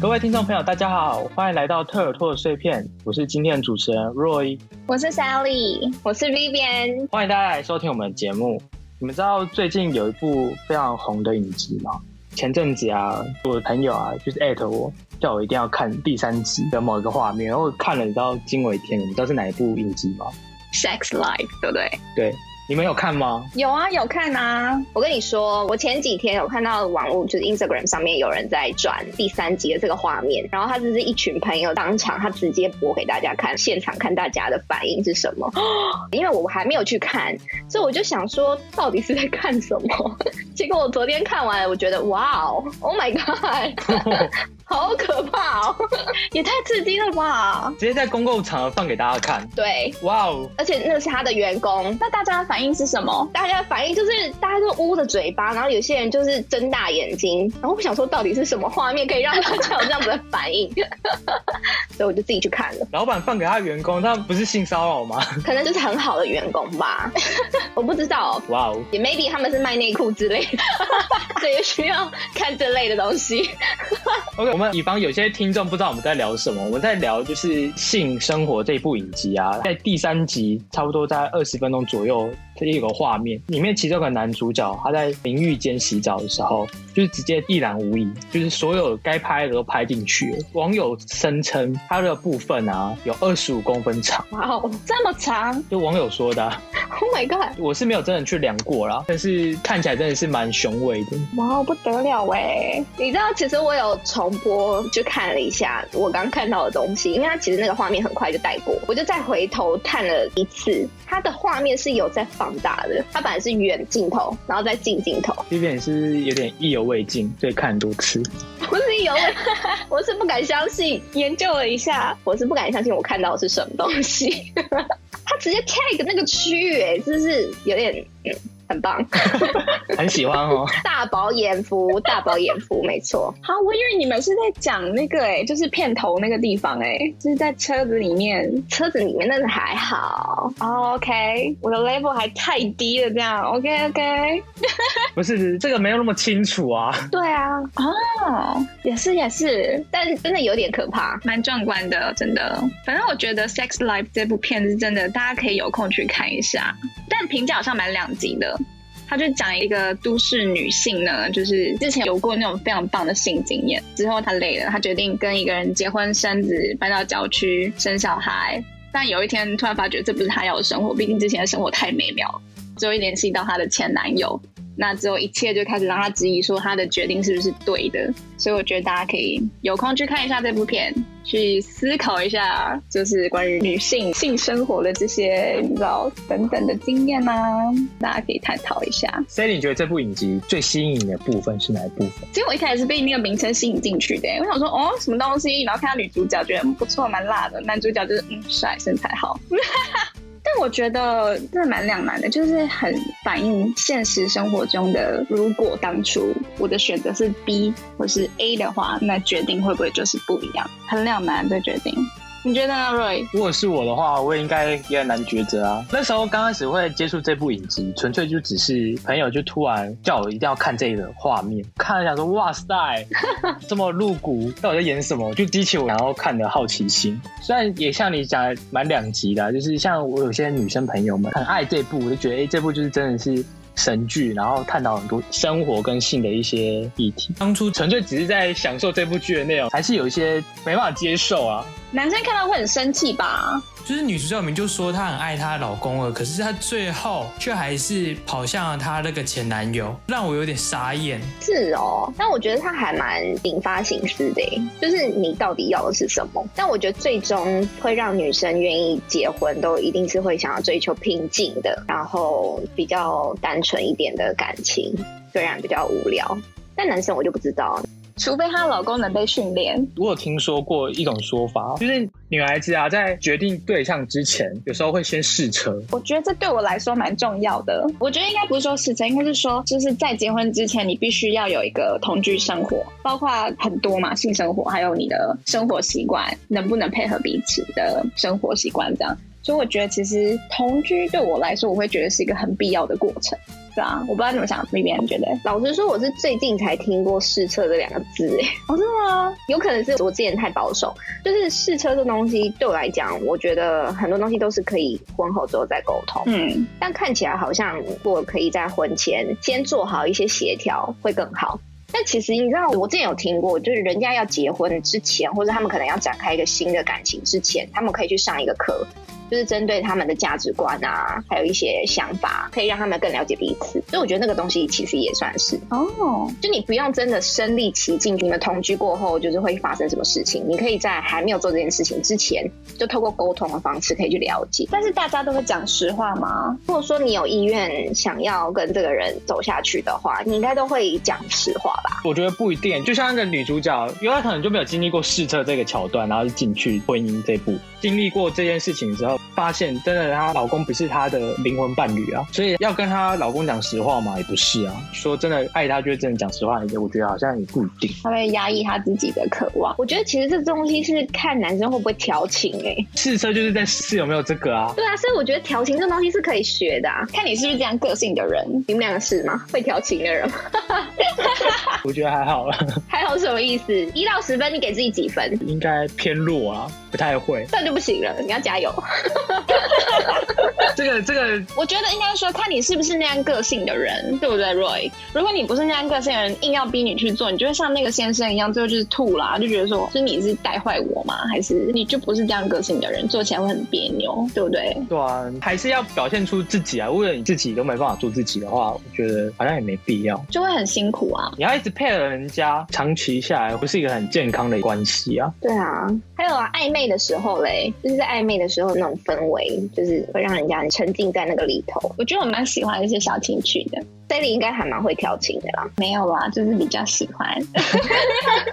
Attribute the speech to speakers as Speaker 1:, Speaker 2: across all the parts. Speaker 1: 各位听众朋友，大家好，欢迎来到特尔托的碎片，我是今天的主持人 Roy，
Speaker 2: 我是 Sally，我是 Vivian。
Speaker 1: 欢迎大家来收听我们的节目。你们知道最近有一部非常红的影集吗？前阵子啊，我的朋友啊，就是艾特我，叫我一定要看第三集的某一个画面，然后我看了，你知道惊为天人，你知道是哪一部影集吗？
Speaker 2: Sex Life，对不对？
Speaker 1: 对，你们有看吗？
Speaker 2: 有啊，有看啊。我跟你说，我前几天有看到网络，就是 Instagram 上面有人在转第三集的这个画面，然后他只是一群朋友当场，他直接播给大家看，现场看大家的反应是什么。 因为我还没有去看，所以我就想说，到底是在看什么？ 结果我昨天看完，我觉得哇哦，Oh my god，好可怕哦，也太刺激了吧！
Speaker 1: 直接在公共场合放给大家看，
Speaker 2: 对，
Speaker 1: 哇哦！
Speaker 2: 而且那是他的员工，
Speaker 3: 那大家的反应是什么？
Speaker 2: 大家的反应就是大家都捂着嘴巴，然后有些人就是睁大眼睛，然后我想说到底是什么画面可以让大家有这样子的反应， 所以我就自己去看了，
Speaker 1: 老板放给他员工，他不是性骚扰吗？
Speaker 2: 可能就是很好的员工吧， 我不知道，
Speaker 1: 哇哦！
Speaker 2: 也 maybe 他们是卖内裤之类的， 所以需要看这类的东西。
Speaker 1: OK，我们以防有些听众不知道我们在聊什么，我们在聊就是性生活这一部影集啊，在第三集差不多在二十分钟左右，这有个画面，里面其中有个男主角他在淋浴间洗澡的时候，就是直接一览无遗，就是所有该拍的都拍进去了。网友声称他的部分啊有二十五公分长，
Speaker 2: 哇哦
Speaker 3: 这么长，
Speaker 1: 就网友说的啊、
Speaker 2: ，Oh my god，
Speaker 1: 我是没有真的去量过啦，但是看起来真的是蛮雄伟的。
Speaker 3: 哇哦，不得了哎！
Speaker 2: 你知道，其实我有重播就看了一下我刚看到的东西，因为它其实那个画面很快就带过，我就再回头看了一次，它的画面是有在放大的，它本来是远镜头，然后再近镜头，
Speaker 1: 这边也是有点意犹未尽，所以看很多次。
Speaker 2: 不是有 问，我是不敢相信，
Speaker 3: 研究了一下，
Speaker 2: 我是不敢相信我看到的是什么东西， 它直接 tag 那个区域、哎，真是有点嗯，很棒，
Speaker 1: 很喜欢哦。
Speaker 2: 大饱眼福， 大饱眼福，没错。
Speaker 3: 好，我以为你们是在讲那个哎、就是片头那个地方哎、就是在车子里面。
Speaker 2: 车子里面那个还好，
Speaker 3: 哦 OK，我的 level 还太低了，这样 OK OK。
Speaker 1: 不是这个没有那么清楚啊，
Speaker 2: 对啊，
Speaker 3: 哦，也是也是，
Speaker 2: 但真的有点可怕。
Speaker 3: 蛮壮观的，真的。反正我觉得《Sex Life》这部片是真的，大家可以有空去看一下。但评价好像蛮两极的。他就讲一个都市女性呢，就是之前有过那种非常棒的性经验，之后她累了，她决定跟一个人结婚生子，搬到郊区生小孩。但有一天突然发觉这不是她要的生活，毕竟之前的生活太美妙了。最后联系到她的前男友，那之后一切就开始让她质疑说她的决定是不是对的。所以我觉得大家可以有空去看一下这部片，去思考一下，就是关于女性性生活的这些你知道等等的经验啊，大家可以探讨一下。
Speaker 1: Sally，你觉得这部影集最吸引你的部分是哪一部分？
Speaker 3: 其实我一开始是被那个名称吸引进去的、我想说哦什么东西，然后看到女主角觉得嗯不错，蛮辣的，男主角就是嗯帅，身材好。 但我觉得真的蛮两难的，就是很反映现实生活中的。如果当初我的选择是 B 或是 A 的话，那决定会不会就是不一样？很两难的决定。你觉得呢，Roy？
Speaker 1: 如果是我的话，我也应该也很难抉择啊。那时候刚开始会接触这部影集，纯粹就只是朋友就突然叫我一定要看这个画面，看了想说哇塞，这么露骨，到底在演什么？就激起我然后看的好奇心。虽然也像你讲的蛮两极的啊、就是像我有些女生朋友们很爱这部，我就觉得哎、诶这部就是真的是。神剧，然后探讨很多生活跟性的一些议题。当初纯粹只是在享受这部剧的内容，还是有一些没办法接受啊。
Speaker 3: 男生看到会很生气吧？
Speaker 4: 就是女主角明就说她很爱她老公了，可是她最后却还是跑向了她那个前男友，让我有点傻眼。
Speaker 2: 是哦，但我觉得它还蛮引发形式的耶，就是你到底要的是什么？但我觉得最终会让女生愿意结婚，都一定是会想要追求平静的，然后比较单纯一点的感情，虽然比较无聊。但男生我就不知道，
Speaker 3: 除非她老公能被训练。
Speaker 1: 我有听说过一种说法，就是女孩子啊，在决定对象之前，有时候会先试车。
Speaker 3: 我觉得这对我来说蛮重要的。我觉得应该不是说事成，应该是说，就是在结婚之前，你必须要有一个同居生活，包括很多嘛，性生活，还有你的生活习惯，能不能配合彼此的生活习惯这样。所以我觉得，其实同居对我来说，我会觉得是一个很必要的过程。子啊，我不知道你们想那边觉得。
Speaker 2: 老实说，我是最近才听过试车这两个字，哎，
Speaker 3: 哦，真的吗？
Speaker 2: 有可能是我之前太保守。就是试车这东西对我来讲，我觉得很多东西都是可以婚后之后再沟通，
Speaker 3: 嗯，
Speaker 2: 但看起来好像我可以在婚前先做好一些协调会更好。但其实你知道，我之前有听过，就是人家要结婚之前，或者他们可能要展开一个新的感情之前，他们可以去上一个课，就是针对他们的价值观啊，还有一些想法，可以让他们更了解彼此。所以我觉得那个东西其实也算是
Speaker 3: 哦，
Speaker 2: 就你不用真的身历其境，你们同居过后就是会发生什么事情，你可以在还没有做这件事情之前，就透过沟通的方式可以去了解。
Speaker 3: 但是大家都会讲实话吗？
Speaker 2: 如果说你有意愿想要跟这个人走下去的话，你应该都会讲实话吧？
Speaker 1: 我觉得不一定，就像那个女主角，因为她可能就没有经历过试车这个桥段，然后就进去婚姻这一步，经历过这件事情之后，发现真的她老公不是她的灵魂伴侣啊，所以要跟她老公讲实话嘛，也不是啊。说真的，爱她就是真的讲实话，也我觉得好像也不一定。
Speaker 3: 他会压抑他自己的渴望。
Speaker 2: 我觉得其实这东西是看男生会不会调情哎、
Speaker 1: 试车就是在试有没有这个啊。
Speaker 2: 对啊，所以我觉得调情这东西是可以学的、啊。
Speaker 3: 看你是不是这样个性的人，
Speaker 2: 你们两个是吗？会调情的人吗？
Speaker 1: 我觉得还好啦，
Speaker 2: 还有什么意思？一到十分，你给自己几分？
Speaker 1: 应该偏弱啊，不太会。
Speaker 2: 这样就不行了，你要加油。
Speaker 1: 这个这个
Speaker 3: 我觉得应该说看你是不是那样个性的人，对不对，Roy？如果你不是那样个性的人，硬要逼你去做，你就会像那个先生一样，最后就是吐啦，就觉得说，哦是你是带坏我吗？还是你就不是这样个性的人，做起来会很别扭，对不对？
Speaker 1: 对啊，还是要表现出自己啊。如果你自己都没办法做自己的话，我觉得好像也没必要。
Speaker 3: 就会很辛苦啊。
Speaker 1: 你要一直配合人家，长期下来不是一个很健康的关系啊。
Speaker 2: 对啊，还有啊，暧昧的时候嘞，就是在暧昧的时候那种氛围，就是会让人家很沉浸在那个里头。
Speaker 3: 我觉得我蛮喜欢一些小情趣的，
Speaker 2: Sally 应该还蛮会调情的啦。
Speaker 3: 没有啦，就是比较喜欢。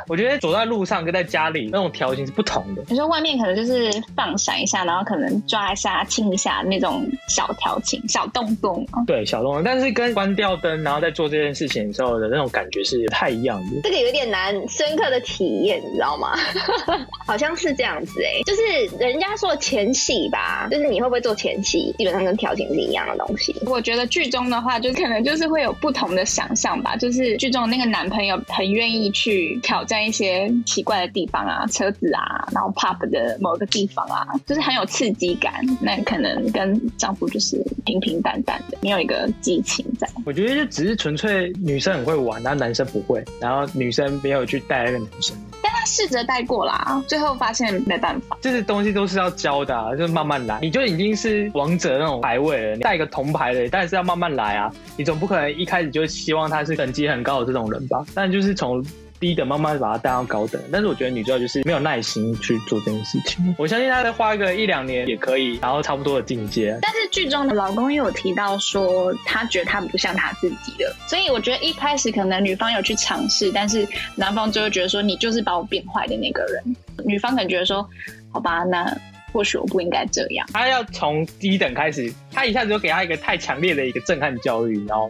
Speaker 1: 我觉得走在路上跟在家里那种调情是不同的。
Speaker 3: 你说外面可能就是放闪一下，然后可能抓一下、亲一下那种小调情、小动动啊。
Speaker 1: 对，小动物，但是跟关掉灯然后在做这件事情的时候的那种感觉是不太一样的。
Speaker 2: 这个有点难深刻的体验，你知道吗？ 好像是这样子哎、就是人家说的前戏吧，就是你会不会做前戏，基本上跟调情是一样的东西。
Speaker 3: 我觉得剧中的话，就可能就是会有不同的想象吧。就是剧中的那个男朋友很愿意去挑战一些奇怪的地方啊，车子啊，然后 pub 的某个地方啊，就是很有刺激感。那可能跟丈夫就是平平淡淡的，没有一个激情在。
Speaker 1: 我觉得就只是纯粹女生很会玩，然后男生不会，然后女生没有去带那个男生，
Speaker 3: 但他试着带过啦，最后发现没办法。
Speaker 1: 这些东西都是要教的、啊，就是慢慢来。你就已经是王者那种排位了，你带一个铜牌的，但是要慢慢来啊。你总不可能一开始就希望他是等级很高的这种人吧？但就是从低等慢慢把他带到高等。但是我觉得女主角就是没有耐心去做这件事情。我相信她再花个一两年也可以达到差不多的境界。
Speaker 3: 但是剧中的老公又有提到说，他觉得他不像他自己了，所以我觉得一开始可能女方有去尝试，但是男方最后觉得说你就是把我变坏的那个人，女方可能觉得说，好吧，那或许我不应该这样。
Speaker 1: 她要从低等开始，她一下子就给她一个太强烈的一个震撼教育，然后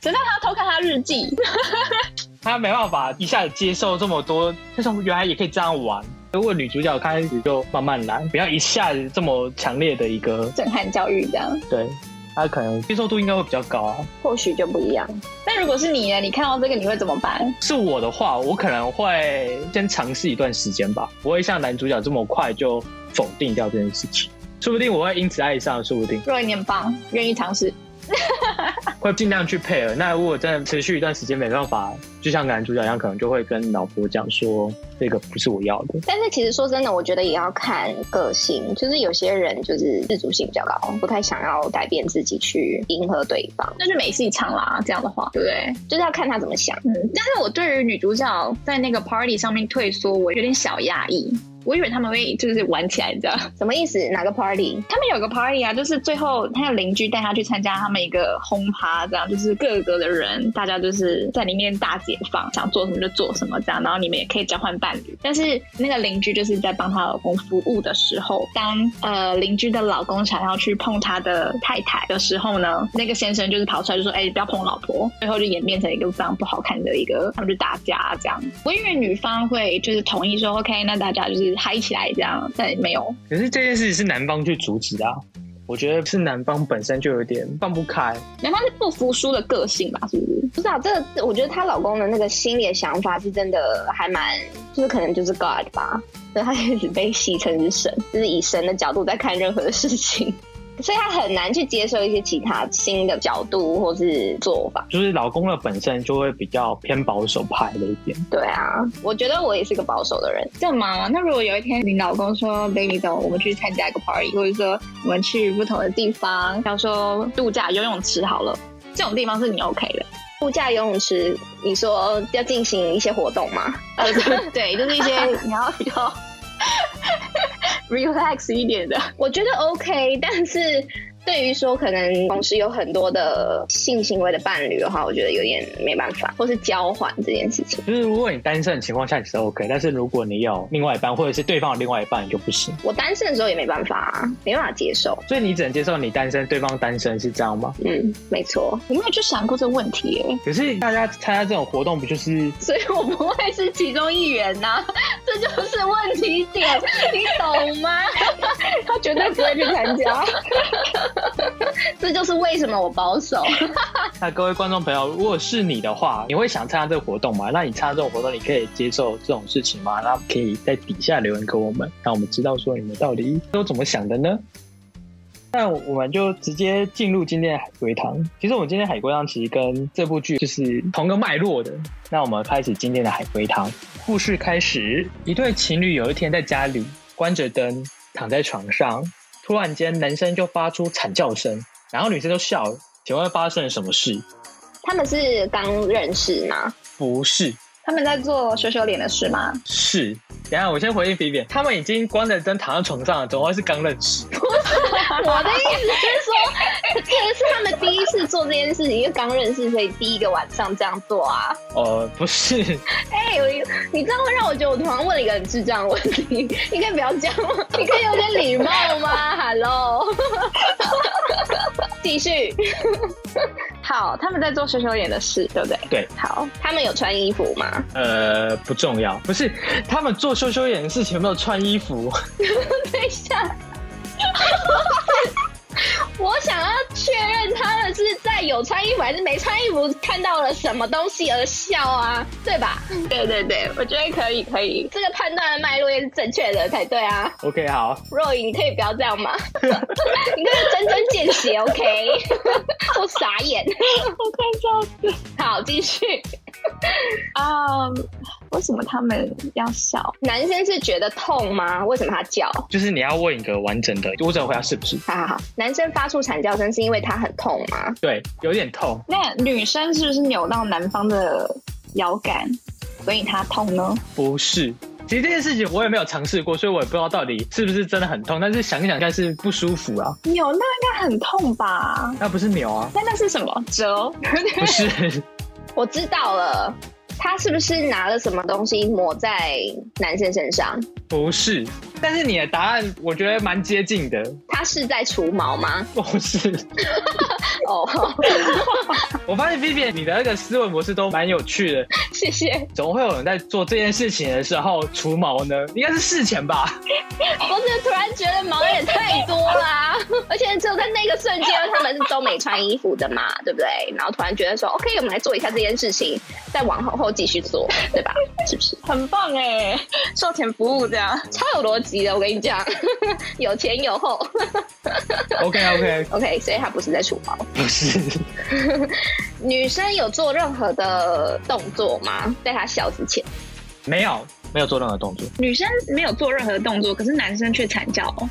Speaker 3: 直到他偷看他日记，
Speaker 1: 她没办法一下子接受这么多，这种原来也可以这样玩。如果女主角开始就慢慢来，不要一下子这么强烈的一个
Speaker 3: 震撼教育这样。
Speaker 1: 对，他可能接受度应该会比较高、啊。
Speaker 2: 或许就不一样。
Speaker 3: 那如果是你呢？你看到这个你会怎么办？
Speaker 1: 是我的话，我可能会先尝试一段时间吧，不会像男主角这么快就否定掉这件事情。说不定我会因此爱上，说不定
Speaker 3: 若你很棒，愿意尝试。
Speaker 1: 会尽量去配合。那如果真的持续一段时间没办法，就像男主角一样，可能就会跟老婆讲说，这个不是我要的。
Speaker 2: 但是其实说真的，我觉得也要看个性，就是有些人就是自主性比较高，不太想要改变自己去迎合对方，
Speaker 3: 那就没戏唱啦。这样的话，对不对？
Speaker 2: 就是要看他怎么想。
Speaker 3: 嗯，但是我对于女主角在那个 party 上面退缩，我有点小压抑。我以为他们会就是玩起来，你知道？
Speaker 2: 什么意思？哪个 party？
Speaker 3: 他们有个 party 啊，就是最后他的邻居带他去参加他们一个轰趴，这样就是各个的人，大家就是在里面大解放，想做什么就做什么这样，然后你们也可以交换伴侣。但是那个邻居就是在帮她老公服务的时候，当呃邻居的老公想要去碰他的太太的时候呢，那个先生就是跑出来就说：“哎、不要碰老婆。”最后就演变成一个非常不好看的一个，他们就打架这样。我以为女方会就是同意说：“OK，那大家就是嗨起来这样。”但没有，
Speaker 1: 可是这件事是男方去阻止的、啊。我觉得是男方本身就有点放不开，
Speaker 3: 男方是不服输的个性吧？是不是？
Speaker 2: 不知道这个，我觉得她老公的那个心里的想法是真的还蛮，就是可能就是 God 吧，所以他一直被戏称是神，就是以神的角度在看任何的事情， 所以他很难去接受一些其他新的角度或是做法。
Speaker 1: 就是老公的本身就会比较偏保守派的一点。
Speaker 2: 对啊，我觉得我也是个保守的人，
Speaker 3: 这吗？那如果有一天你老公说，baby 走，我们去参加一个 party，或者说我们去不同的地方，要说度假游泳池好了，这种地方是你 OK 的。
Speaker 2: 度假游泳池，你说要进行一些活动吗？
Speaker 3: 呃，对对，就是一 些你要比较 relax 一点的，
Speaker 2: 我觉得 OK，但是对于说可能同时有很多的性行为的伴侣的话，我觉得有点没办法，或是交换这件事情。
Speaker 1: 就是如果你单身的情况下你是 OK，但是如果你有另外一半或者是对方有另外一半，你就不行。
Speaker 2: 我单身的时候也没办法、啊，没办法接受。
Speaker 1: 所以你只能接受你单身，对方单身是这样吗？
Speaker 2: 嗯，没错，
Speaker 3: 我没有去想过这个问题耶。
Speaker 1: 可是大家参加这种活动不就是
Speaker 2: 所以我不会是其中一员呐、 这就是问题点，你懂吗？
Speaker 3: 他绝对不会去参加。
Speaker 2: 这就是为什么我保守。
Speaker 1: 那各位观众朋友，如果是你的话，你会想参加这个活动吗？那你参加这种活动，你可以接受这种事情吗？那可以在底下留言给我们，让我们知道说你们到底都怎么想的呢？那我们就直接进入今天的海龟汤。其实我们今天的海龟汤其实跟这部剧就是同个脉络的。那我们开始今天的海龟汤。故事开始，一对情侣有一天在家里关着灯躺在床上，突然间男生就发出惨叫声，然后女生就笑了。请问发生了什么事？
Speaker 2: 他们是刚认识吗？
Speaker 1: 不是，
Speaker 3: 他们在做羞羞脸的事 吗？
Speaker 1: 是。等一下我先回应比比，他们已经关着灯躺在床上了，怎么会是刚认识？
Speaker 2: 我的意思是说，这个是他们第一次做这件事情，因为刚认识，所以第一个晚上这样做啊。
Speaker 1: 呃，不是，
Speaker 2: 哎、我你这样会让我觉得我突然问了一个很智障的问题， 你可以不要这样吗？你可以有点礼貌吗 ？Hello，继续。
Speaker 3: 好，他们在做羞羞脸的事，对不对？
Speaker 1: 对。
Speaker 3: 好，
Speaker 2: 他们有穿衣服吗？
Speaker 1: 呃，不重要，不是他们做羞羞眼的事情有没有穿衣服？
Speaker 2: 等一下， 我想要确认他们是在有穿衣服还是没穿衣服看到了什么东西而笑啊，对吧？
Speaker 3: 对对对，我觉得可以可 以。
Speaker 2: 这个判断的脉络也是正确的才对啊。
Speaker 1: OK，好，
Speaker 2: 若隐，你可以不要这样吗？ 你可以针针见血，OK？我傻眼，
Speaker 3: 我快笑死
Speaker 2: 好，继续。
Speaker 3: 啊！为什么他们要笑？
Speaker 2: 男生是觉得痛吗？为什么他叫？
Speaker 1: 就是你要问一个完整的，我只能回答是不是？
Speaker 2: 好好好，男生发出惨叫声是因为他很痛吗？
Speaker 1: 对，有点痛，
Speaker 3: 那女生是不是扭到男方的摇杆，所以他痛呢？
Speaker 1: 不是。其实这件事情我也没有尝试过，所以我也不知道到底是不是真的很痛。但是想一想，应该是不舒服啊，
Speaker 3: 扭那应该很痛吧？
Speaker 1: 那不是扭啊，
Speaker 3: 那那是什么折？
Speaker 1: 不是，
Speaker 2: 我知道了，他是不是拿了什么东西抹在男生身上？
Speaker 1: 不是。但是你的答案我觉得蛮接近的，
Speaker 2: 他是在除毛吗？
Speaker 1: 不是。
Speaker 2: 哦，
Speaker 1: 我发现 Vivian 你的那个思维模式都蛮有趣的，
Speaker 2: 谢谢。
Speaker 1: 怎么会有人在做这件事情的时候除毛呢？应该是事前吧。
Speaker 2: 我只是突然觉得毛也太多啦、 而且只有在那个瞬间，他们是都没穿衣服的嘛，对不对？然后突然觉得说，OK，我们来做一下这件事情，再往后后继续做，对吧？是不是？
Speaker 3: 很棒哎，售前服务这样。
Speaker 2: 超有逻辑的，我跟你讲， 有前有后。
Speaker 1: OK OK，
Speaker 2: OK，所以他不是在除毛。
Speaker 1: 不是，
Speaker 2: 女生有做任何的动作吗？在他笑之前，
Speaker 1: 没有没有做任何动作，
Speaker 3: 女生没有做任何动作，可是男生却惨叫哦。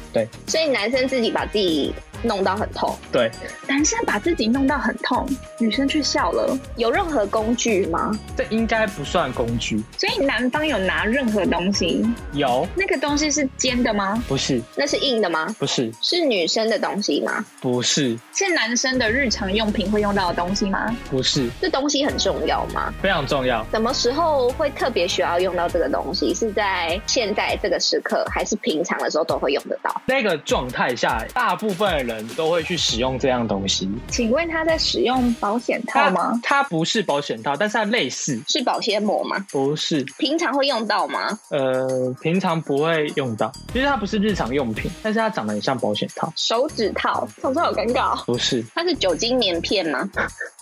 Speaker 2: 所以男生自己把自己弄到很痛，
Speaker 1: 对，
Speaker 3: 男生把自己弄到很痛，女生却笑了。
Speaker 2: 有任何工具吗？
Speaker 1: 这应该不算工具，
Speaker 3: 所以男方有拿任何东西，
Speaker 1: 有
Speaker 3: 那个东西是尖的吗？
Speaker 1: 不是
Speaker 2: 那是硬的吗？
Speaker 1: 不是
Speaker 2: 是女生的东西吗？
Speaker 1: 不是
Speaker 3: 是男生的日常用品会用到的东西吗？
Speaker 1: 不是
Speaker 2: 这东西很重要吗？
Speaker 1: 非常重要，
Speaker 2: 什么时候会特别需要用到这个东西？是在现在这个时刻，还是平常的时候都会用得到？
Speaker 1: 那个状态下，大部分的人人都会去使用这样东西。
Speaker 3: 请问他在使用保险套吗？
Speaker 1: 它不是保险套，但是它类似，
Speaker 2: 是保鲜膜吗？
Speaker 1: 不是
Speaker 2: 平常会用到吗？
Speaker 1: 呃，平常不会用到，其实它不是日常用品，但是它长得很像保险套，
Speaker 2: 手指套，手指套好尴尬哦。
Speaker 1: 不是，
Speaker 2: 它是酒精棉片吗？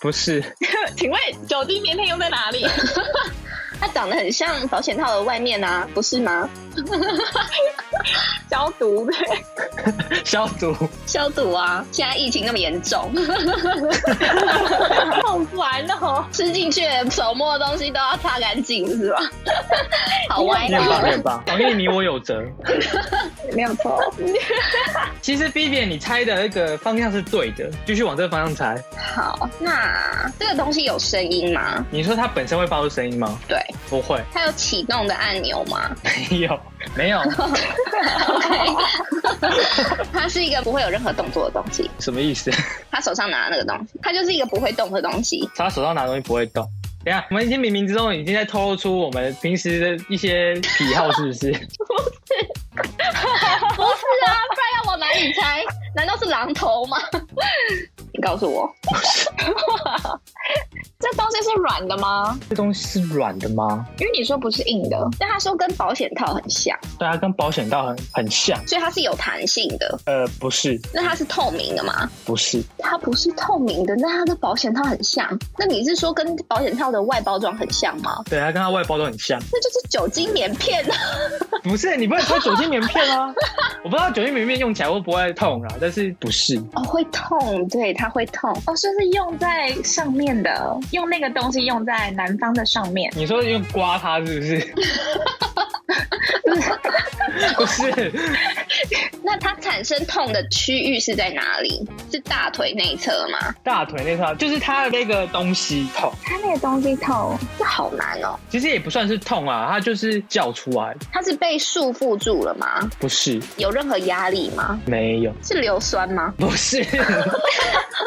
Speaker 1: 不是，
Speaker 3: 请问酒精棉片用在哪里？
Speaker 2: 它长得很像保险套的外面啊，不是吗？
Speaker 3: 消毒对，
Speaker 1: 消毒，
Speaker 2: 消毒啊！现在疫情那么严重，
Speaker 3: 好烦哦！
Speaker 2: 吃进去的手摸的东西都要擦干净，是吧？ 好歪
Speaker 1: 面包，
Speaker 2: 哦！
Speaker 1: 面包，防疫你我有责。
Speaker 3: 没有错，
Speaker 1: 其实 B B 你猜的那个方向是对的，继续往这个方向猜。
Speaker 2: 好，那这个东西有声音吗？
Speaker 1: 你说它本身会发出声音吗？
Speaker 2: 对，
Speaker 1: 不会，
Speaker 2: 它有启动的按钮吗
Speaker 1: 没有，没有，
Speaker 2: ？OK，它是一个不会有任何动作的东西。
Speaker 1: 什么意思？
Speaker 2: 他手上拿的那个东西，它就是一个不会动的东西。
Speaker 1: 他手上拿的东西不会动。等一下，我们已经冥冥之中已经在透露出我们平时的一些癖好，是不是？
Speaker 2: 不是啊，不然要往哪里猜？难道是榔头吗？ 你告诉我，
Speaker 3: 这东西是软的吗？
Speaker 1: 这东西是软的吗？
Speaker 3: 因为你说不是硬的，
Speaker 2: 但他说跟保险套很像，
Speaker 1: 对啊，跟保险套很很像。
Speaker 2: 所以它是有弹性的。
Speaker 1: 呃，不是，
Speaker 2: 那它是透明的吗？
Speaker 1: 不是，
Speaker 2: 它不是透明的，那它跟保险套很像。那你是说跟保险套的外包装很像吗？
Speaker 1: 对，它跟它外包都很像。
Speaker 2: 那就是酒精棉片啊！
Speaker 1: 不是，你不能猜酒精棉片啊！我不知道酒精棉片用起来会不会痛啊，但是不是？
Speaker 2: 哦，会痛，对，它会痛。
Speaker 3: 哦，所以是用在上面的，用那个东西用在南方的上面，
Speaker 1: 你说用刮它是不是？不是，
Speaker 2: 那它产生痛的区域是在哪里？是大腿内侧吗？
Speaker 1: 大腿那套就是它的那个东西痛，
Speaker 3: 它那个东西痛，
Speaker 2: 这好难哦。
Speaker 1: 其实也不算是痛啊，它就是叫出来，
Speaker 2: 它是被束缚住了吗？
Speaker 1: 不是，
Speaker 2: 有任何压力吗？
Speaker 1: 没有，？
Speaker 2: 是硫酸吗
Speaker 1: 不是，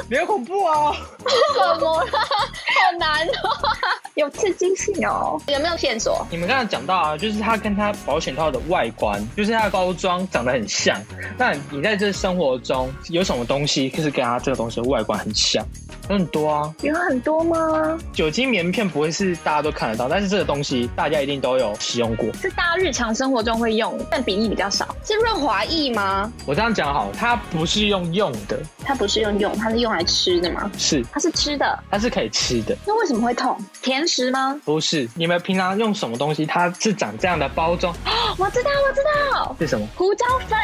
Speaker 1: 你好恐怖啊！
Speaker 2: 什么啦？好难哦！
Speaker 3: 有刺激性哦。
Speaker 2: 有没有线索？
Speaker 1: 你们刚才讲到啊，就是它跟它保险套的外观，就是它的包装长得很像。那你在这生活中有什么东西，就是跟它这个东西的外观很像？有很多啊，
Speaker 3: 有很多吗？
Speaker 1: 酒精棉片不会是大家都看得到，但是这个东西大家一定都有使用过。
Speaker 3: 是大家日常生活中会用，但比例比较少。
Speaker 2: 是润滑液吗？
Speaker 1: 我这样讲好，它不是用用的，
Speaker 2: 它不是用用，它是用来吃的吗？
Speaker 1: 是
Speaker 3: 它是吃的，
Speaker 1: 它是可以吃的，
Speaker 2: 那为什么会痛？
Speaker 3: 甜食吗？
Speaker 1: 不是你们平常用什么东西，它是长这样的包装
Speaker 3: 哦我知道，我知道，
Speaker 1: 是什么？
Speaker 3: 胡椒粉。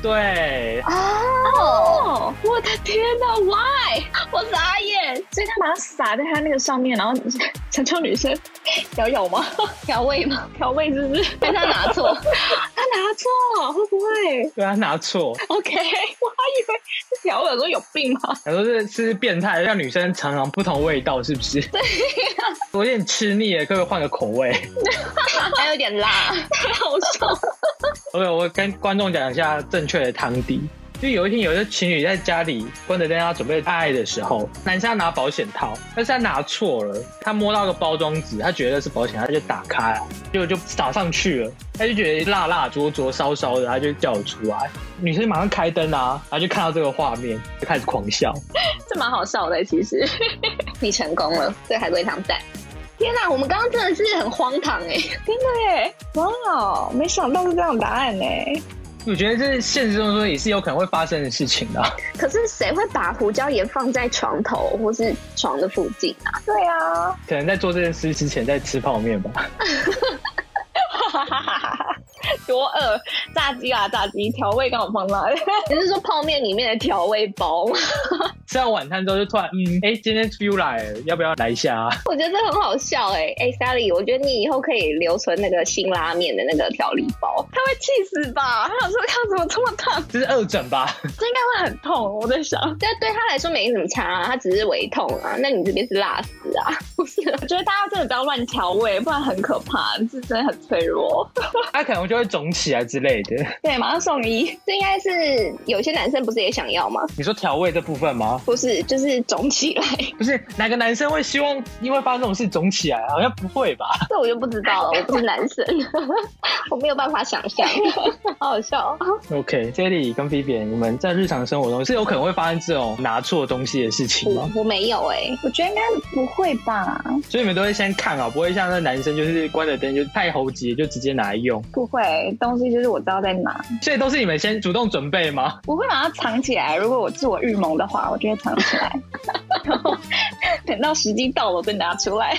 Speaker 1: 对，
Speaker 2: 哦，
Speaker 3: 哦，我的天哪！Why？
Speaker 2: 我傻眼，
Speaker 3: 所以他把它撒在它那个上面，然后 成就女生 要有吗？
Speaker 2: 调味吗？
Speaker 3: 调味是不是？
Speaker 2: 但他拿错，
Speaker 3: 他拿错会不会
Speaker 1: 对啊，拿错，
Speaker 3: ？OK，我还 以为是调味，我说有病吗？
Speaker 1: 他说这是变态，让女生尝尝不同味道，是不是？对、 我有点吃腻了，可不可以换个口味
Speaker 2: 还有点辣。
Speaker 3: 好笑。
Speaker 1: ？OK，我跟观众讲一下正确的汤底。就有一天，有一个情侣在家里关着灯要准备爱爱的时候，男生要拿保险套，但是他拿错了，他摸到个包装纸，他觉得是保险，他就打开了，结果就打上去了，他就觉得辣辣、灼灼、烧烧的，他就叫我出来。女生马上开灯啊，然后就看到这个画面，就开始狂笑。
Speaker 3: 这蛮好笑
Speaker 2: 欸
Speaker 3: 的，其实。
Speaker 2: 你成功了，对海龟汤赞。天哪，我们刚刚真的是很荒唐哎、
Speaker 3: 对，哇，没想到是这样的答案呢。
Speaker 1: 我觉得这是现实中说也是有可能会发生的事情啊的、
Speaker 2: 可是谁会把胡椒盐放在床头或是床的附近啊？
Speaker 3: 对啊，
Speaker 1: 可能在做这件事之前在吃泡面吧。
Speaker 3: 多饿，炸鸡啊，炸鸡，调味刚好放辣。
Speaker 2: 你是说泡面里面的调味包吗？
Speaker 1: 吃完晚餐之后就突然，嗯，哎、今天 feel 来了，要不要来一下、啊？
Speaker 2: 我觉得这很好笑哎、哎、s a l l y 我觉得你以后可以留存那个辛拉面的那个调理包。
Speaker 3: 他会气死吧？他想说他怎么这么烫？
Speaker 1: 这是二诊吧？
Speaker 3: 这应该会很痛，我在想。
Speaker 2: 但对他来说没什么差、啊，他只是微痛啊。那你这边是辣死的啊，不是
Speaker 3: 我觉得大家真的不要乱调味，不然很可怕，自身很脆弱。
Speaker 1: 它可能就会肿起来之类的。
Speaker 3: 对，马上送医。
Speaker 2: 这应该是有些男生不是也想要吗？
Speaker 1: 你说调味这部分吗？
Speaker 2: 不是，就是肿起来，
Speaker 1: 不是哪个男生会希望因为发生这种事肿起来？啊好像不会吧？
Speaker 2: 这我就不知道了，我不是男生， 我没有办法想象，好好笑哦。
Speaker 1: OK，Jelly 跟 Vivian，你们在日常生活中是有可能会发生这种拿错东西的事情吗
Speaker 2: 我？我没有哎、
Speaker 3: 我觉得应该不会吧？
Speaker 1: 所以你们都会先看啊好，不会像那男生就是关了灯就太猴急就直接拿来用，
Speaker 3: 不会，东西就是我知道在哪，
Speaker 1: 所以都是你们先主动准备吗？
Speaker 3: 我会把它藏起来。如果我是我预谋的话，我就会藏起 来，然后等到时机到了我再拿出来。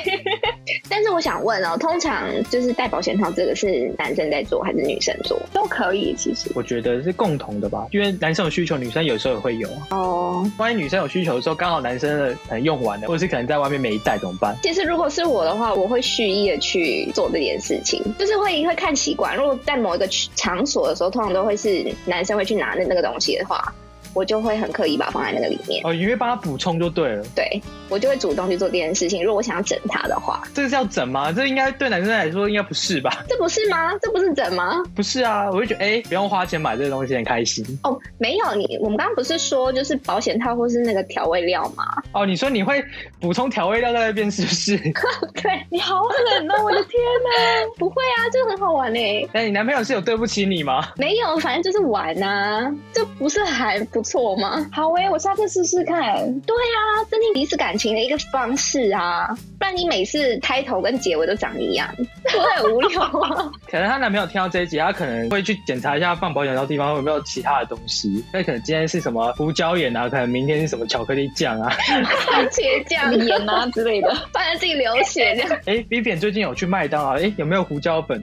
Speaker 2: 但是我想问哦，通常就是戴保险套这个是男生在做还是女生做？
Speaker 3: 都可以，其实
Speaker 1: 我觉得是共同的吧，因为男生有需求，女生有时候也会有啊。
Speaker 2: 哦，
Speaker 1: 万一女生有需求的时候，刚好男生的可能用完了，或者是可能在外面没带怎么办？
Speaker 2: 其实如果是我的话，我会蓄意的去做这件事情，就是会会看习惯。如果在某一个区场所的时候，通常都会是男生会去拿的那个东西的话，我就会很刻意把它放在那个里面。
Speaker 1: 哦，你会帮他补充就对了。
Speaker 2: 对我就会主动去做这件事情。如果我想要整他的话，
Speaker 1: 这个叫整吗？这应该对男生来说应该不是吧？
Speaker 2: 这不是吗？这不是整吗？
Speaker 1: 不是啊，我就觉得哎、不用花钱买这个东西很开心。
Speaker 2: 哦，没有你，我们刚刚不是说就是保险套或是那个调味料 吗？
Speaker 1: 哦，你说你会补充调味料在那边是不 是？
Speaker 2: 对，
Speaker 3: 你好冷哦，我的天哪！
Speaker 2: 不会啊，这个很好玩哎、
Speaker 1: 那你男朋友是有对不起你吗？
Speaker 2: 没有，反正就是玩啊，这不是还不错吗？
Speaker 3: 好诶、我下次试试 看。
Speaker 2: 对啊，增进彼此感情的一个方式啊，不然你每次开头跟结尾都长一样，不会很无聊
Speaker 3: 啊
Speaker 2: 吗？
Speaker 1: 可能她男朋友听到这一集，他可能会去检查一下放保险套的地方有没有其他的东西。那可能今天是什么胡椒盐啊，可能明天是什么巧克力酱啊。
Speaker 2: 番茄酱
Speaker 3: 盐啊之类的，
Speaker 2: 放在自己流血这样，
Speaker 1: 哎、v i v i a n 最近有去麦当劳，哎、有没有胡椒粉？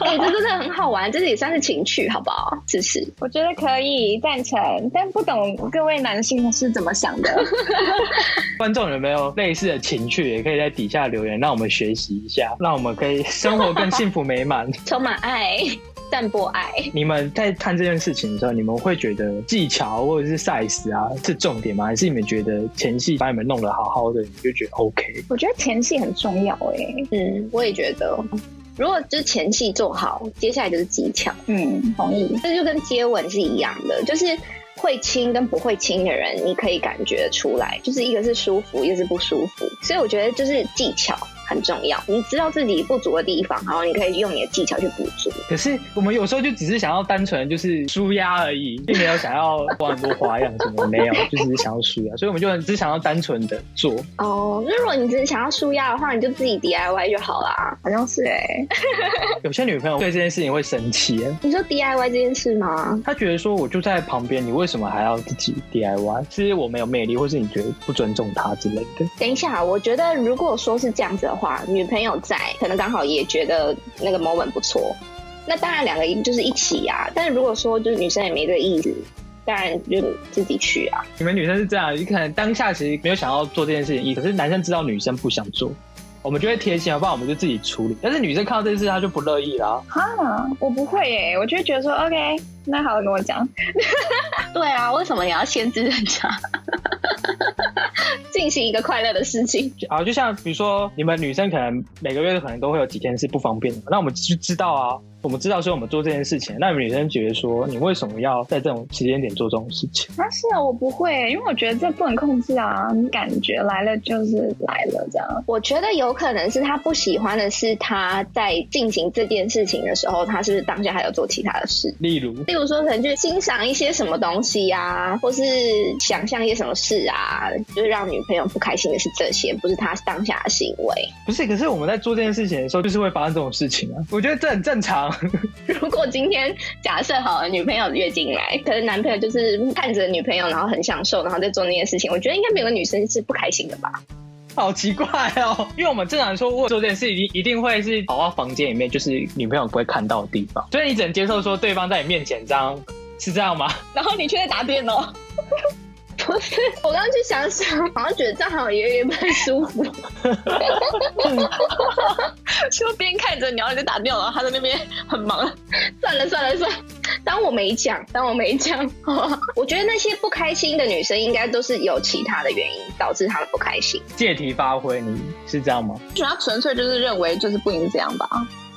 Speaker 2: 哎、这真的很好玩，这也算是情趣，好不好？试试。
Speaker 3: 我觉得可以赞成，但不懂各位男性是怎么想 的。
Speaker 1: 观众有没有类似的情趣，也可以在底下留言，让我们学习一下，让我们可以生活更幸福美满。
Speaker 2: 充满爱，散播爱。
Speaker 1: 你们在看这件事情的时候，你们会觉得技巧或者是 size 啊是重点吗？还是你们觉得前戏把你们弄得好好的，你就觉得 OK？
Speaker 3: 我觉得前戏很重要诶、
Speaker 2: 嗯，我也觉得，如果就是前期做好，接下来就是技巧，
Speaker 3: 嗯，同意。
Speaker 2: 这就跟接吻是一样的，就是。会亲跟不会亲的人，你可以感觉出来，就是一个是舒服，一个是不舒服。所以我觉得就是技巧很重要，你知道自己不足的地方，然后你可以用你的技巧去补足。
Speaker 1: 可是我们有时候就只是想要单纯就是舒压而已，并没有想要玩很多花样什么，没有，就只是想要舒压，所以我们就很只想要单纯的做。
Speaker 2: 哦，那如果你只是想要舒压的话，你就自己 DIY 就好啦。
Speaker 3: 好像是诶、
Speaker 1: 有些女朋友对这件事情会生气，啊
Speaker 2: 你说 DIY 这件事吗？
Speaker 1: 她觉得说我就在旁边，你为什么还要自己 DIY？是我没有魅力，或是你觉得不尊重她之类的？
Speaker 2: 等一下，我觉得如果说是这样子的话，女朋友在，可能刚好也觉得那个 moment 不错，那当然两个就是一起呀、但是如果说就是女生也没这个意思，当然就自己去啊。
Speaker 1: 你们女生是这样，你可能当下其实没有想要做这件事情意思，可是男生知道女生不想做，我们就会贴心，哦不然我们就自己处理。但是女生看到这件事，她就不乐意啦。
Speaker 3: 啊，我不会诶、我就会觉得说 OK，那好，跟我讲。
Speaker 2: 对啊，为什么你要限制人家 进行一个快乐的事情？
Speaker 1: 啊，就像比如说，你们女生可能每个月可能都会有几天是不方便的，那我们就知道啊，我们知道说我们做这件事情，那你们女生觉得说，你为什么要在这种时间点做这种事情？
Speaker 3: 啊，是啊，我不会、因为我觉得这不能控制啊，你感觉来了就是来了，这样。
Speaker 2: 我觉得有可能是他不喜欢的是他在进行这件事情的时候，他是不是当下还有做其他的事？
Speaker 1: 例如，
Speaker 2: 例如说，可能去欣赏一些什么东西呀、或是想象一些什么事啊，就是让女朋友不开心的是这些，不是他当下的行为。
Speaker 1: 不是，可是我们在做这件事情的时候，就是会发生这种事情啊，我觉得这很正常。
Speaker 2: 如果今天假设好了，女朋友月经来，可能男朋友就是看着女朋友，然后很享受，然后在做那件事情，我觉得应该没有个女生是不开心的吧？
Speaker 1: 好奇怪哦，因为我们正常说，我做这件事一定一定会是跑到房间里面，就是女朋友不会看到的地方，所以你只能接受说对方在你面前这样，是这样吗？
Speaker 3: 然后你却在打电脑，
Speaker 2: 不是，我刚刚去想想，好像觉得这样好像有点不太舒服。
Speaker 3: 就边看着你，然后你在打电脑，然后他在那边很忙。
Speaker 2: 算了算了算了，当我没讲，当我没讲， 我觉得那些不开心的女生应该都是有其他的原因导致她们不开心。
Speaker 1: 借题发挥，你是这样吗？
Speaker 3: 主要纯粹就是认为就是不应这样吧。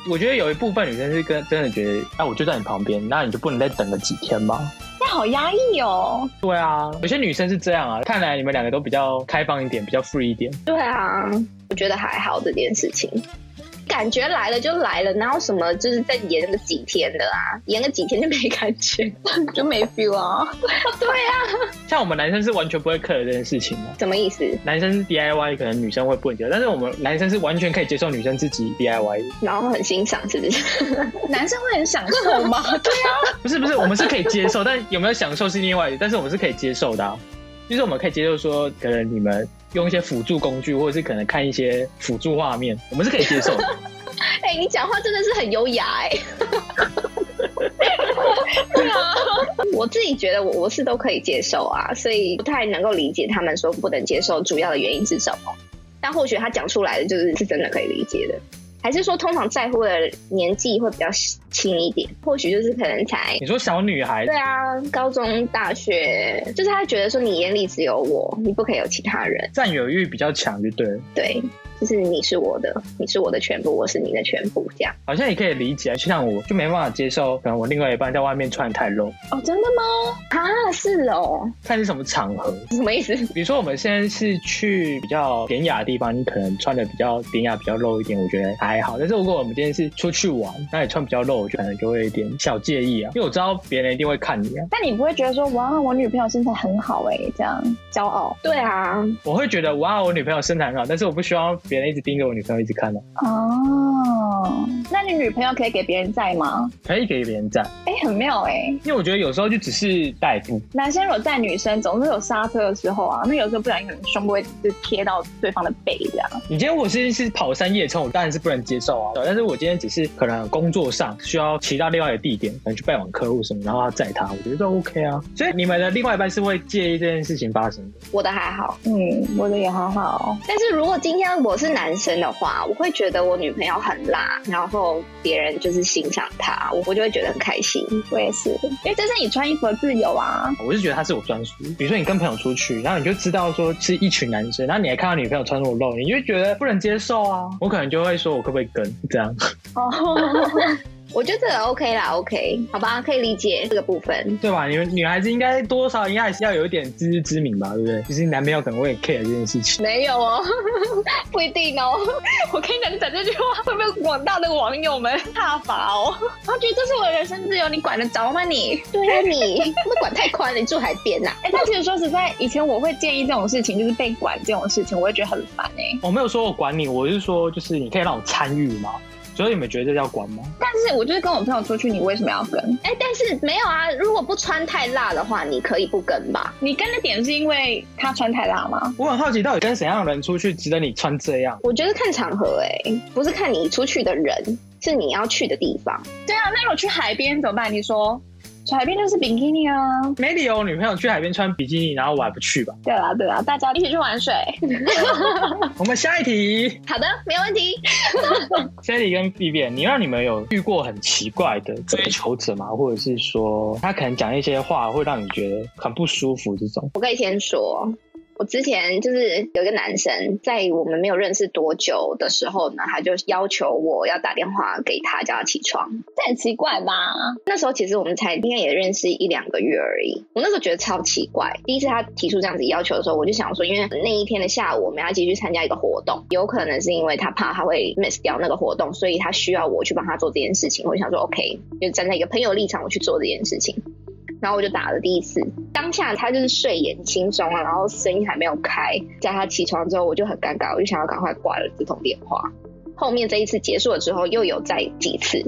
Speaker 1: 我觉得有一部分女生是跟真的觉得，那、我就在你旁边，那你就不能再等个几天吗？
Speaker 3: 但好压抑哦。
Speaker 1: 对啊，有些女生是这样啊。看来你们两个都比较开放一点，比较 free 一点。
Speaker 2: 对啊，我觉得还好这件事情。感觉来了就来了，哪有什么就是再延个几天的啊？延个几天就没感觉。
Speaker 3: 就没 feel 啊。
Speaker 2: 对啊，
Speaker 1: 像我们男生是完全不会克的这件事情的。
Speaker 2: 什么意思？
Speaker 1: 男生 DIY 可能女生会不能接受，但是我们男生是完全可以接受女生自己 DIY 的。
Speaker 2: 然后很欣赏，是不 是？
Speaker 3: 男生会很享受吗？对啊，
Speaker 1: 不是不是，我们是可以接受， 但有没有享受是另外一，但是我们是可以接受的、啊。就是我们可以接受说，可能你们用一些辅助工具，或者是可能看一些辅助画面，我们是可以接受的。
Speaker 2: 哎、你讲话真的是很优雅哎、 对啊，我自己觉得我我是都可以接受啊，所以不太能够理解他们说不能接受主要的原因是什么。但或许他讲出来的就是是真的可以理解的，还是说通常在乎的年纪会比较轻一点，或许就是可能才
Speaker 1: 你说小女孩
Speaker 2: 对啊，高中、大学，就是他觉得说你眼里只有我，你不可以有其他人，
Speaker 1: 占有欲比较强，就对了。
Speaker 2: 对，就是你是我的，你是我的全部，我是你的全部，这样。
Speaker 1: 好像也可以理解，就像我就没办法接受，可能我另外一半在外面穿得太露，
Speaker 3: 哦，真的吗？
Speaker 2: 啊，是哦，
Speaker 1: 看是什么场合。
Speaker 2: 什么意思？
Speaker 1: 比如说我们现在是去比较典雅的地方，你可能穿的比较典雅、比较露一点，我觉得还好。但是如果我们今天是出去玩，那你穿比较露，我就可能就会有一点小介意啊，因为我知道别人一定会看你啊，
Speaker 3: 但你不会觉得说哇，我女朋友身材很好哎、这样骄傲
Speaker 2: 对啊，
Speaker 1: 我会觉得哇，我女朋友身材很好，但是我不希望别人一直盯着我女朋友一直看啊，
Speaker 3: 哦。那你女朋友可以给别人载吗？
Speaker 1: 可以给别人赞，
Speaker 3: 哎、很妙哎、
Speaker 1: 因为我觉得有时候就只是代步，
Speaker 3: 男生如果载女生，总是有刹车的时候啊，那有时候不小心可能胸部会就贴到对方的背这样。
Speaker 1: 你今天我是是跑山夜冲，我当然是不能接受啊。但是我今天只是可能工作上需要骑到另外一个地点，可能去拜访客户什么，然后要载他，我觉得都 OK 啊。所以你们的另外一半是会介意这件事情发生的。
Speaker 2: 我的还好。
Speaker 3: 嗯，我的也好好。
Speaker 2: 但是如果今天我是男生的话，我会觉得我女朋友很辣，然后别人就是欣赏她，我我就会觉得很开心。
Speaker 3: 我也是，因为这是你穿衣服的自由啊。
Speaker 1: 我是觉得他是我专属。比如说你跟朋友出去，然后你就知道说是一群男生，然后你还看到女朋友穿这么露，你就觉得不能接受啊。我可能就会说我可不可以跟这样？
Speaker 3: 哦，
Speaker 2: 我觉得这个 OK 啦，OK，好吧，可以理解这个部分。
Speaker 1: 对吧？你们女孩子应该多少应该还是要有一点自知之明吧，对不对？就是男朋友可能会 care 这件事情。
Speaker 2: 没 有哦，不一定哦。
Speaker 3: 我跟你讲，你讲这句话会被广大的网友们 挞伐哦。他觉得这是我的人身自由，你管得着吗你？
Speaker 2: 对啊，你那管太宽了，你住海边啊呐、
Speaker 3: 哎、但其实说实在，以前我会建议这种事情，就是被管这种事情，我会觉得很烦哎、
Speaker 1: 我没有说我管你，我是说就是你可以让我参与嘛。所以你们觉得这叫管吗？
Speaker 3: 但是我就是跟我朋友出去，你为什么要跟？
Speaker 2: 哎、但是没有啊，如果不穿太辣的话，你可以不跟吧？
Speaker 3: 你跟的点是因为他穿太辣吗？
Speaker 1: 我很好奇，到底跟怎样的人出去值得你穿这样？
Speaker 2: 我觉得看场合、哎，不是看你出去的人，是你要去的地方。
Speaker 3: 对啊，那如果去海边怎么办？你说去海边就是比基尼啊。
Speaker 1: 没理由，女朋友去海边穿比基尼，然后我还不去吧？
Speaker 3: 对啊啦对啦，大家一起去玩水。
Speaker 1: 我们下一题，
Speaker 2: 好的，没问题。
Speaker 1: 下一题跟 B B，你让你们有遇过很奇怪的追求者吗？或者是说他可能讲一些话会让你觉得很不舒服这种？
Speaker 2: 我可以先说，我之前就是有一个男生，在我们没有认识多久的时候呢，他就要求我要打电话给他，叫他起床。
Speaker 3: 这很奇怪吧？
Speaker 2: 那时候其实我们才应该也认识一两个月而已，我那时候觉得超奇怪。第一次他提出这样子要求的时候，我就想说，因为那一天的下午我们要一起去参加一个活动，有可能是因为他怕他会 miss 掉那个活动，所以他需要我去帮他做这件事情。我就想说，OK，就站在一个朋友立场，我去做这件事情。然后我就打了第一次，当下他就是睡眼惺忪啊，然后声音还没有开，在他起床之后我就很尴尬，我就想要赶快挂了这通电话。后面这一次结束了之后，又有再几次，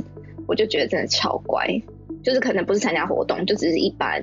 Speaker 2: 我就觉得真的超乖，就是可能不是参加活动，就只是一般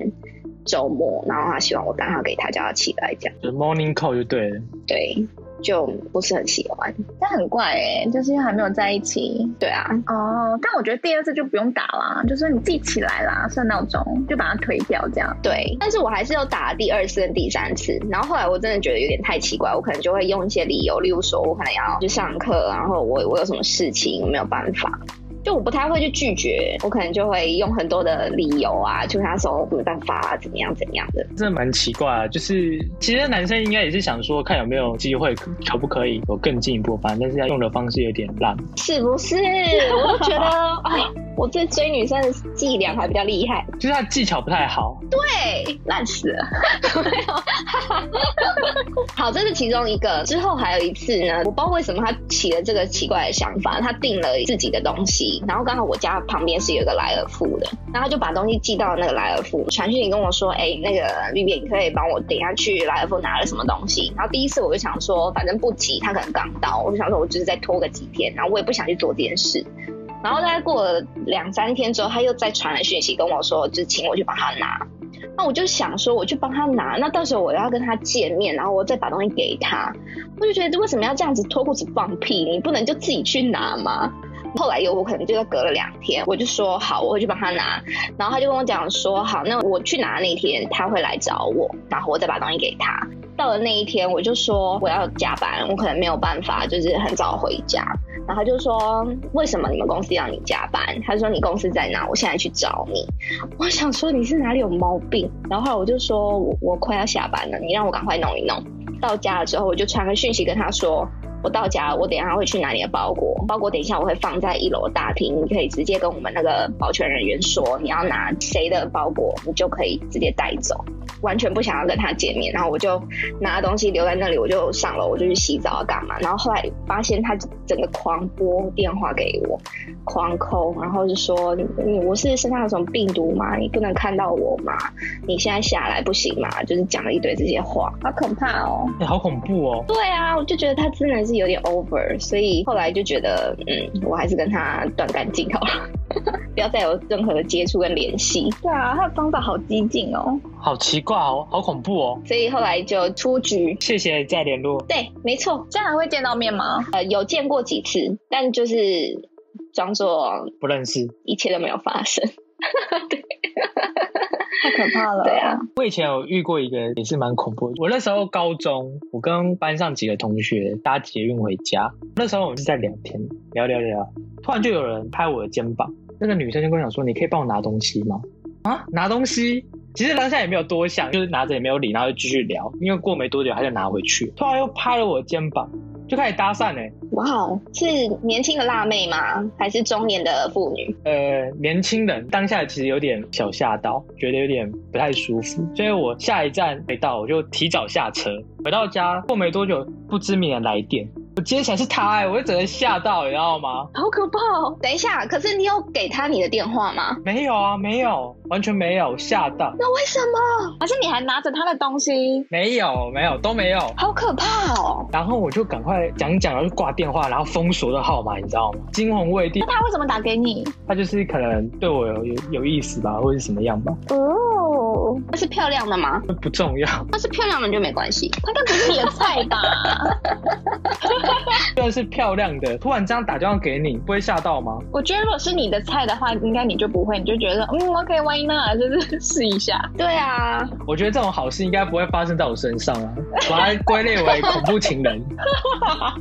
Speaker 2: 周末，然后他希望我打电话给他，叫他起来这样，
Speaker 1: 就是 morning call 就对了。
Speaker 2: 对，就不是很喜欢。
Speaker 3: 这很怪哎、就是因为还没有在一起。
Speaker 2: 对啊，
Speaker 3: 哦，但我觉得第二次就不用打啦，就说你自己起来啦，设闹钟就把它推掉这样。
Speaker 2: 对，但是我还是有打第二次跟第三次，然后后来我真的觉得有点太奇怪，我可能就会用一些理由，例如说我可能要去上课，然后我我有什么事情没有办法，就我不太会去拒绝，我可能就会用很多的理由啊，就跟他说没办法啊，怎么样怎么样的。
Speaker 1: 真的蛮奇怪啊，就是其实男生应该也是想说，看有没有机会，可不可以有更进一步的发展，但是他用的方式有点烂。
Speaker 2: 是不是？我就觉得啊，我对追女生的伎俩还比较厉害，
Speaker 1: 就是他技巧不太好，
Speaker 2: 对，烂死了。没有 好，这是其中一个。之后还有一次呢，我不知道为什么他起了这个奇怪的想法，他订了自己的东西，然后刚好我家旁边是有一个莱尔富的，然后他就把东西寄到那个莱尔富，传讯息跟我说，哎、那个 B B，你可以帮我等一下去莱尔富拿了什么东西。然后第一次我就想说，反正不急，他可能刚到，我就想说我就是再拖个几天，然后我也不想去做这件事。然后大概过了两三天之后，他又再传来讯息跟我说，就请我去帮他拿。那我就想说，我去帮他拿，那到时候我要跟他见面，然后我再把东西给他，我就觉得为什么要这样子脱裤子放屁？你不能就自己去拿吗？后来有我可能就隔了两天，我就说好，我会去帮他拿，然后他就跟我讲说好，那我去拿那天他会来找我，然后我再把东西给他。到了那一天，我就说我要加班，我可能没有办法，就是很早回家。然后他就说为什么你们公司要你加班？他说你公司在哪？我现在去找你。我想说你是哪里有毛病？然后后来我就说我我快要下班了，你让我赶快弄一弄。到家了之后，我就传个讯息跟他说，我到家了，我等一下会去拿你的包裹，包裹等一下我会放在一楼大厅，你可以直接跟我们那个保全人员说你要拿谁的包裹，你就可以直接带走。完全不想要跟他见面，然后我就拿东西留在那里，我就上楼，我就去洗澡啊干嘛。然后后来发现他整个狂拨电话给我，狂抠，然后就说你我是身上有什么病毒吗？你不能看到我吗？你现在下来不行吗？就是讲了一堆这些话。
Speaker 3: 好可怕哦！
Speaker 1: 哎、好恐怖哦！
Speaker 2: 对啊，我就觉得他真的是有点 over，所以后来就觉得，嗯，我还是跟他断干净好了， 不要再有任何的接触跟联系。
Speaker 3: 对啊，他的方法好激进哦。
Speaker 1: 好奇怪哦，好恐怖哦！
Speaker 2: 所以后来就出局。
Speaker 1: 谢谢再联络。
Speaker 2: 对，没错，
Speaker 3: 这样还会见到面吗？
Speaker 2: 呃，有见过几次，但就是装作
Speaker 1: 不认识。
Speaker 2: 一切都没有发生。
Speaker 3: 太可怕了。
Speaker 2: 对啊，
Speaker 1: 我以前有遇过一个也是蛮恐怖的。我那时候高中，我跟班上几个同学搭捷运回家，那时候我们是在聊天，聊聊聊，突然就有人拍我的肩膀，那个女生就跟我讲说：“你可以帮我拿东西吗？”啊，拿东西。其实当下也没有多想，就是拿着也没有理，然后就继续聊。因为过没多久，他就拿回去，突然又拍了我的肩膀，就开始搭讪欸嘞、
Speaker 2: 哇哦，是年轻的辣妹吗？还是中年的妇女？
Speaker 1: 呃，年轻人当下其实有点小吓到，觉得有点不太舒服，所以我下一站没到，我就提早下车。回到家过没多久，不知名的来电，我接起来是他、欸，我就整个吓到，你知道吗？
Speaker 3: 好可怕哦！
Speaker 2: 等一下，可是你有给他你的电话吗？
Speaker 1: 没有啊，没有，完全没有，吓到，
Speaker 2: 那为什么？
Speaker 3: 还是你还拿着他的东西？
Speaker 1: 没有，没有，都没有。
Speaker 2: 好可怕哦！
Speaker 1: 然后我就赶快讲一讲，然后就挂电话，然后封锁的号码，你知道吗？惊魂未定
Speaker 3: 那，他为什么打给你？
Speaker 1: 他就是可能对我有有有意思吧，或者是什么样吧，
Speaker 3: 哦，
Speaker 2: 她是漂亮的吗？
Speaker 1: 不重要。
Speaker 2: 她是漂亮的就没关系。
Speaker 3: 他该不是你的菜吧？
Speaker 1: 虽然是漂亮的，突然这样打电话给你，不会吓到吗？
Speaker 3: 我觉得如果是你的菜的话，应该你就不会，你就觉得嗯，OK why not，就是 试一下。
Speaker 2: 对啊，
Speaker 1: 我觉得这种好事应该不会发生在我身上啊，把它归类为恐怖情人。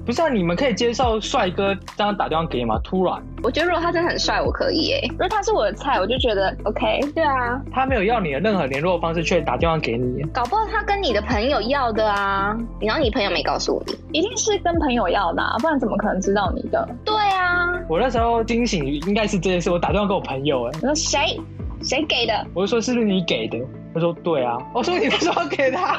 Speaker 1: 不是啊，你们可以接受帅哥这样打电话给你吗？突然，啊
Speaker 2: 我觉得如果他真的很帅，我可以诶、
Speaker 3: 如果他是我的菜，我就觉得哎 OK。
Speaker 2: 对啊，
Speaker 1: 他没有要你的任何联络方式，却打电话给你，
Speaker 2: 搞不好他跟你的朋友要的啊，然后你朋友没告诉你。
Speaker 3: 一定是跟朋友要的、啊，不然怎么可能知道你的？
Speaker 2: 对啊，
Speaker 1: 我那时候惊醒应该是这件事，我打电话给我朋友、哎，
Speaker 3: 你说谁？
Speaker 2: 谁给的？
Speaker 1: 我就说是不是你给的？他说对啊，我说你不是要给他，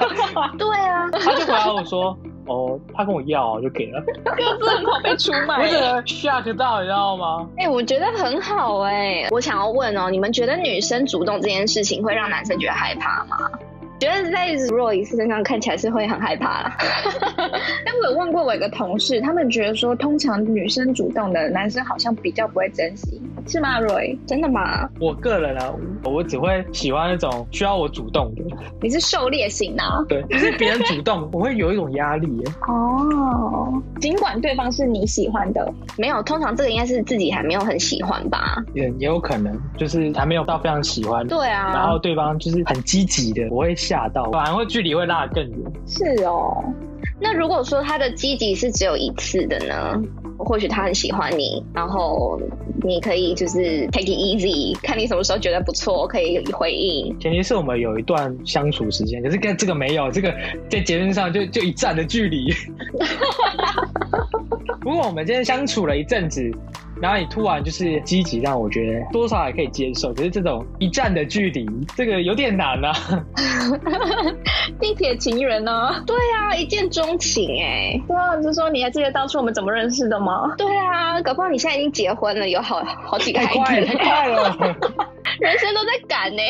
Speaker 2: 对啊，
Speaker 1: 他就回答我说。哦，他跟我要我就给了，
Speaker 3: 各自很好被出卖
Speaker 1: 我整个 shock 到，你知道吗？
Speaker 2: 哎、我觉得很好哎、我想要问哦，你们觉得女生主动这件事情会让男生觉得害怕吗？觉得在 Royce 身上看起来是会很害怕啦。
Speaker 3: 但我有问过我一个同事，他们觉得说，通常女生主动的，男生好像比较不会珍惜，是吗，Roy？
Speaker 2: 真的吗？
Speaker 1: 我个人啊，我只会喜欢那种需要我主动的，
Speaker 3: 你是狩猎型啊？
Speaker 1: 对，就是别人主动，我会有一种压力耶。
Speaker 3: 哦，尽管对方是你喜欢的，
Speaker 2: 没有，通常这个应该是自己还没有很喜欢吧？
Speaker 1: 也也有可能就是还没有到非常喜欢，
Speaker 2: 对
Speaker 1: 然
Speaker 2: 啊
Speaker 1: 后，对方就是很积极的，我会吓到，反而会距离会拉得更远。
Speaker 3: 是哦。
Speaker 2: 那如果说他的积极是只有一次的呢？或许他很喜欢你，然后你可以就是 take it easy，看你什么时候觉得不错，可以回应。
Speaker 1: 前提是我们有一段相处时间，可是跟这个没有，这个在节目上就就一站的距 离。如果我们今天相处了一阵子，然后你突然就是积极，让我觉得多少还可以接受，可是这种一站的距离，这个有点难啊。
Speaker 5: 地铁情人呢、
Speaker 2: 对啊，一见钟情哎、
Speaker 5: 对啊，你就说你还记得当初我们怎么认识的吗？
Speaker 2: 对啊，搞不好你现在已经结婚了，有好好几个
Speaker 1: 太
Speaker 2: 孩
Speaker 1: 哎快了，太，
Speaker 2: 子
Speaker 1: 快了。
Speaker 2: 人生都在赶呢、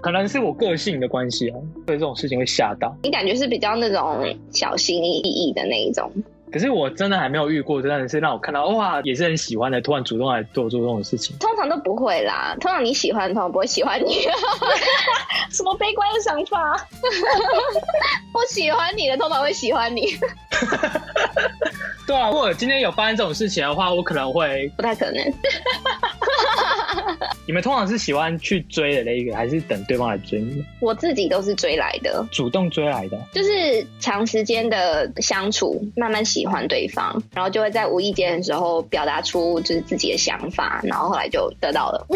Speaker 1: 可能是我个性的关系啊，对这种事情会吓到。
Speaker 2: 你感觉是比较那种小心翼翼的那一种，
Speaker 1: 可是我真的还没有遇过，真的是让我看到哇，也是很喜欢的，突然主动来对我做这种事情。
Speaker 2: 通常都不会啦。通常你喜欢，通常不会喜欢 你。
Speaker 5: 什么悲观的想法？
Speaker 2: 不喜欢你的，通常会喜欢你，
Speaker 1: 对啊，如果今天有发生这种事情的话，我可能会。
Speaker 2: 不太可能。
Speaker 1: 你们通常是喜欢去追的那一个，还是等对方来追你们？
Speaker 2: 我自己都是追来的，
Speaker 1: 主动追来的？
Speaker 2: 就是长时间的相处，慢慢喜欢对方，然后就会在无意间的时候表达出就是自己的想法，然后后来就得到 了，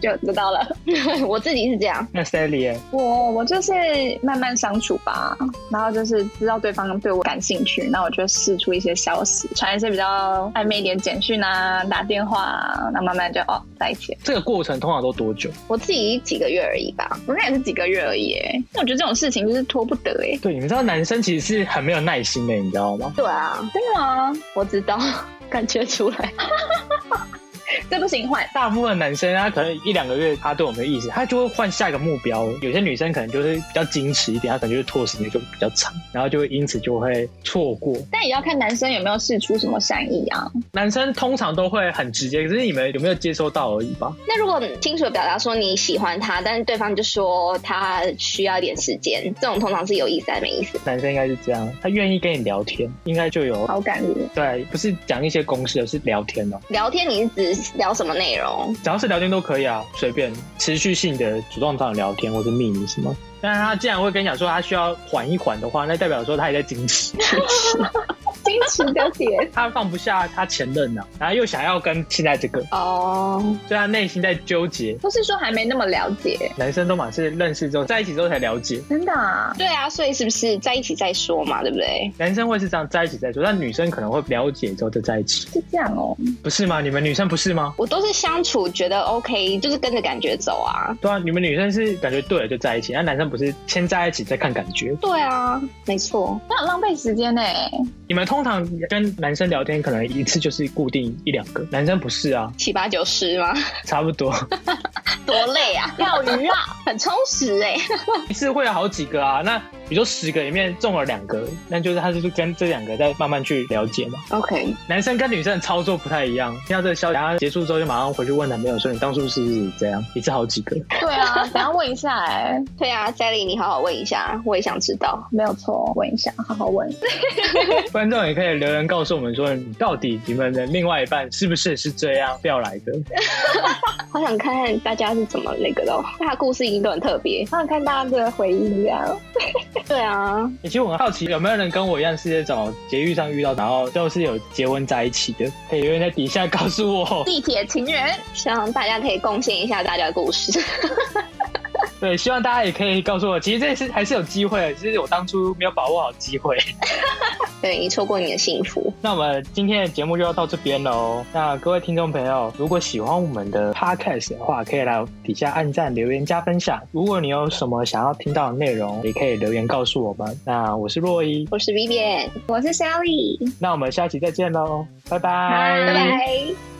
Speaker 2: 就得到了。 我自己是这样，
Speaker 1: 那 Sally，耶
Speaker 5: 我我就是慢慢相处吧，然后就是知道对方对我感兴趣，那我就试出一些消息，传一些比较暧昧一点简讯啊，打电话、啊，那慢慢就哦在一起了。
Speaker 1: 这个过程通常都多久？
Speaker 2: 我自己几个月而已吧。
Speaker 5: 我那也是几个月而已耶，但我觉得这种事情就是拖不得哎。
Speaker 1: 对，你们知道男生其实是很没有耐心的，你知道吗？
Speaker 2: 对啊，
Speaker 5: 真的吗？
Speaker 2: 我知道，感觉出来。
Speaker 5: 这不行，换
Speaker 1: 大部分男生他可能一两个月他对我们的意思，他就会换下一个目标。有些女生可能就是比较矜持一点，她可能就是拖时间就比较长，然后就会因此就会错过。
Speaker 5: 但也要看男生有没有试出什么善意啊。
Speaker 1: 男生通常都会很直接，可是你们有没有接收到而已吧？
Speaker 2: 那如果清楚的表达说你喜欢他，但是对方就说他需要一点时间，这种通常是有意思还是没意思？
Speaker 1: 男生应该是这样，他愿意跟你聊天，应该就有
Speaker 5: 好感人，
Speaker 1: 对，不是讲一些公式，而是聊天哦。
Speaker 2: 聊天你是指聊什么内容？
Speaker 1: 只要是聊天都可以啊，随便持续性的主动找你聊天，或是密你什么。但是他既然会跟你讲说他需要缓一缓的话，那代表说他也在矜持，
Speaker 5: 矜持的 姐，
Speaker 1: 他放不下他前任呢、然后又想要跟现在这个，
Speaker 2: 哦、
Speaker 1: 所以他内心在纠结。
Speaker 5: 不是说还没那么了解，
Speaker 1: 男生都满是认识之后在一起之后才了解，
Speaker 5: 真的啊。
Speaker 2: 对啊，所以是不是在一起再说嘛，对不对？
Speaker 1: 男生会是这样在一起再说，但女生可能会了解之后再在一起，
Speaker 5: 是这样哦，
Speaker 1: 不是吗？你们女生不是吗？
Speaker 2: 我都是相处觉得 OK，就是跟着感觉走啊。
Speaker 1: 对啊，你们女生是感觉对了就在一起，那男生不是先在一起再看感觉。
Speaker 2: 对啊，没错。
Speaker 5: 那很浪费时间呢。
Speaker 1: 你们通常跟男生聊天，可能一次就是固定一两个，男生不是啊，
Speaker 2: 七八九十吗？
Speaker 1: 差不多
Speaker 2: 多累啊，钓鱼啊，很充实哎、
Speaker 1: 一次会有好几个啊。那比如说十个里面中了两个，那就是他就是跟这两个在慢慢去了解嘛。
Speaker 2: OK，
Speaker 1: 男生跟女生的操作不太一样，听到这个消息，然后结束之后就马上回去问男朋友说你当初是不是这样，一次好几个。
Speaker 5: 对啊，等一下问一下哎、
Speaker 2: 对啊，Sally，你好好问一下，我也想知道。
Speaker 5: 没有错，问一下，好好问。
Speaker 1: 观众也可以留言告诉我们说，你到底你们的另外一半是不是也是这样调来的？
Speaker 2: 好想看看大家是怎么那个的哦，他的故事一定都很特别。
Speaker 5: 想看大家的回忆这样。
Speaker 2: 对啊，
Speaker 1: 欸其实我很好奇，有没有人跟我一样是那种节育上遇到，然后最后是有结婚在一起的？可以留言在底下告诉我。
Speaker 5: 地铁情人，
Speaker 2: 希望大家可以贡献一下大家的故事。
Speaker 1: 对，希望大家也可以告诉我，其实这是还是有机会的，只是我当初没有把握好机会。
Speaker 2: 对你错过你的幸福，
Speaker 1: 那我们今天的节目就要到这边喽。那各位听众朋友，如果喜欢我们的 podcast 的话，可以来底下按赞、留言、加分享。如果你有什么想要听到的内容，也可以留言告诉我们。那我是洛伊，
Speaker 2: 我是 Vivian，
Speaker 5: 我是 Sally。
Speaker 1: 那我们下期再见喽，拜
Speaker 5: 拜
Speaker 1: 拜
Speaker 2: 拜拜。